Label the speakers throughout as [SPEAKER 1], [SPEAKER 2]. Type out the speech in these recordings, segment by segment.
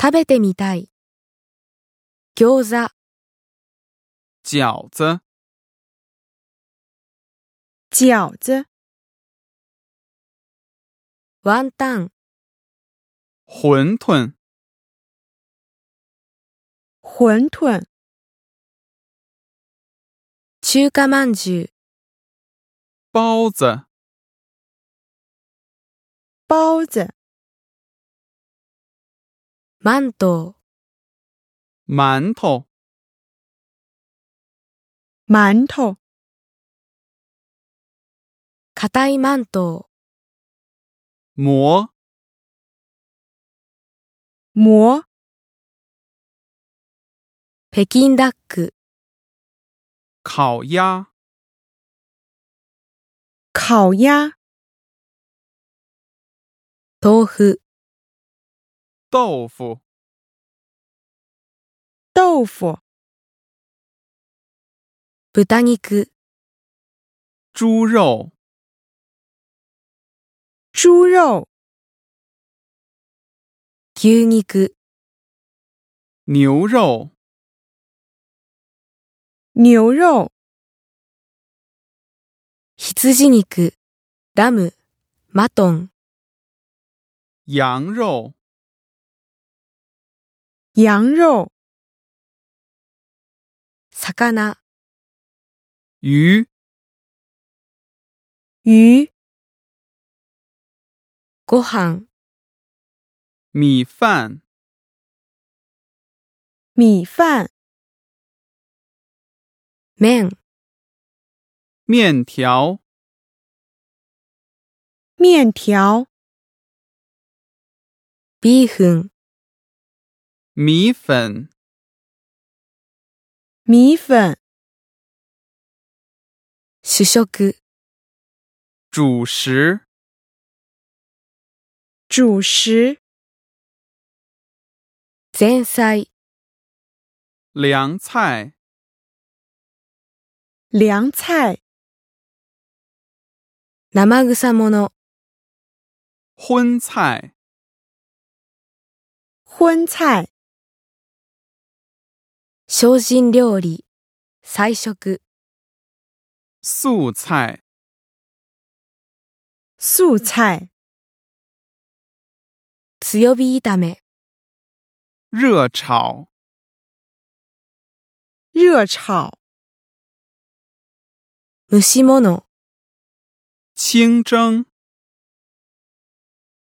[SPEAKER 1] 食べてみたい。餃子、
[SPEAKER 2] 饺子、
[SPEAKER 3] 饺子、
[SPEAKER 1] ワンタン、
[SPEAKER 2] 馄饨、
[SPEAKER 3] 馄饨、
[SPEAKER 1] 中華まんじゅう、
[SPEAKER 2] 包子、
[SPEAKER 3] 包子、
[SPEAKER 1] マント
[SPEAKER 2] 馒头、
[SPEAKER 3] 馒头、
[SPEAKER 1] ウ、硬いマント
[SPEAKER 2] 馍、
[SPEAKER 3] 馍、
[SPEAKER 1] ウ、北京ダック、
[SPEAKER 2] 烤鸭、
[SPEAKER 3] 烤鸭、
[SPEAKER 1] 豆腐、
[SPEAKER 2] 豆腐、
[SPEAKER 3] 豆腐、
[SPEAKER 1] 豚肉、
[SPEAKER 2] 猪肉、
[SPEAKER 3] 猪肉、
[SPEAKER 1] 牛肉、
[SPEAKER 2] 牛肉、
[SPEAKER 3] 牛肉、
[SPEAKER 1] 羊肉、ラム、マトン、
[SPEAKER 2] 羊肉、
[SPEAKER 3] 羊肉、
[SPEAKER 1] 魚、
[SPEAKER 2] 鱼、
[SPEAKER 3] 鱼、
[SPEAKER 1] ご飯、
[SPEAKER 2] 米饭、
[SPEAKER 3] 米饭、
[SPEAKER 1] 麺、
[SPEAKER 2] 面条、
[SPEAKER 3] 面条、
[SPEAKER 1] ビーフン、
[SPEAKER 2] 米粉、
[SPEAKER 3] 米粉、
[SPEAKER 1] 主食、
[SPEAKER 2] 主食、
[SPEAKER 3] 主食、
[SPEAKER 1] 前菜、
[SPEAKER 2] 凉菜、
[SPEAKER 3] 凉菜、
[SPEAKER 1] 生臭もの、
[SPEAKER 2] 荤菜、
[SPEAKER 3] 荤菜、
[SPEAKER 1] 精進料理、菜食、
[SPEAKER 2] 素菜、
[SPEAKER 3] 素菜、
[SPEAKER 1] 強火炒め、
[SPEAKER 2] 热炒、
[SPEAKER 3] 热炒、
[SPEAKER 1] 蒸し物、
[SPEAKER 2] 清蒸、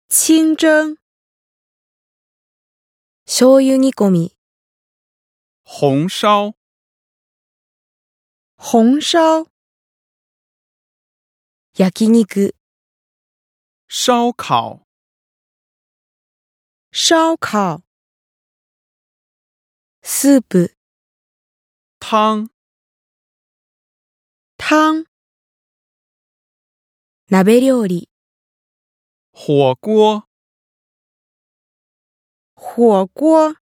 [SPEAKER 3] 清蒸、
[SPEAKER 1] 醤油煮込み、
[SPEAKER 2] 红烧、
[SPEAKER 3] 红烧、
[SPEAKER 1] 焼肉、
[SPEAKER 2] 烧烤、
[SPEAKER 3] 烧烤、
[SPEAKER 1] スープ、
[SPEAKER 2] 汤、
[SPEAKER 3] 汤、
[SPEAKER 1] 鍋料理、
[SPEAKER 2] 火锅。
[SPEAKER 3] 火锅。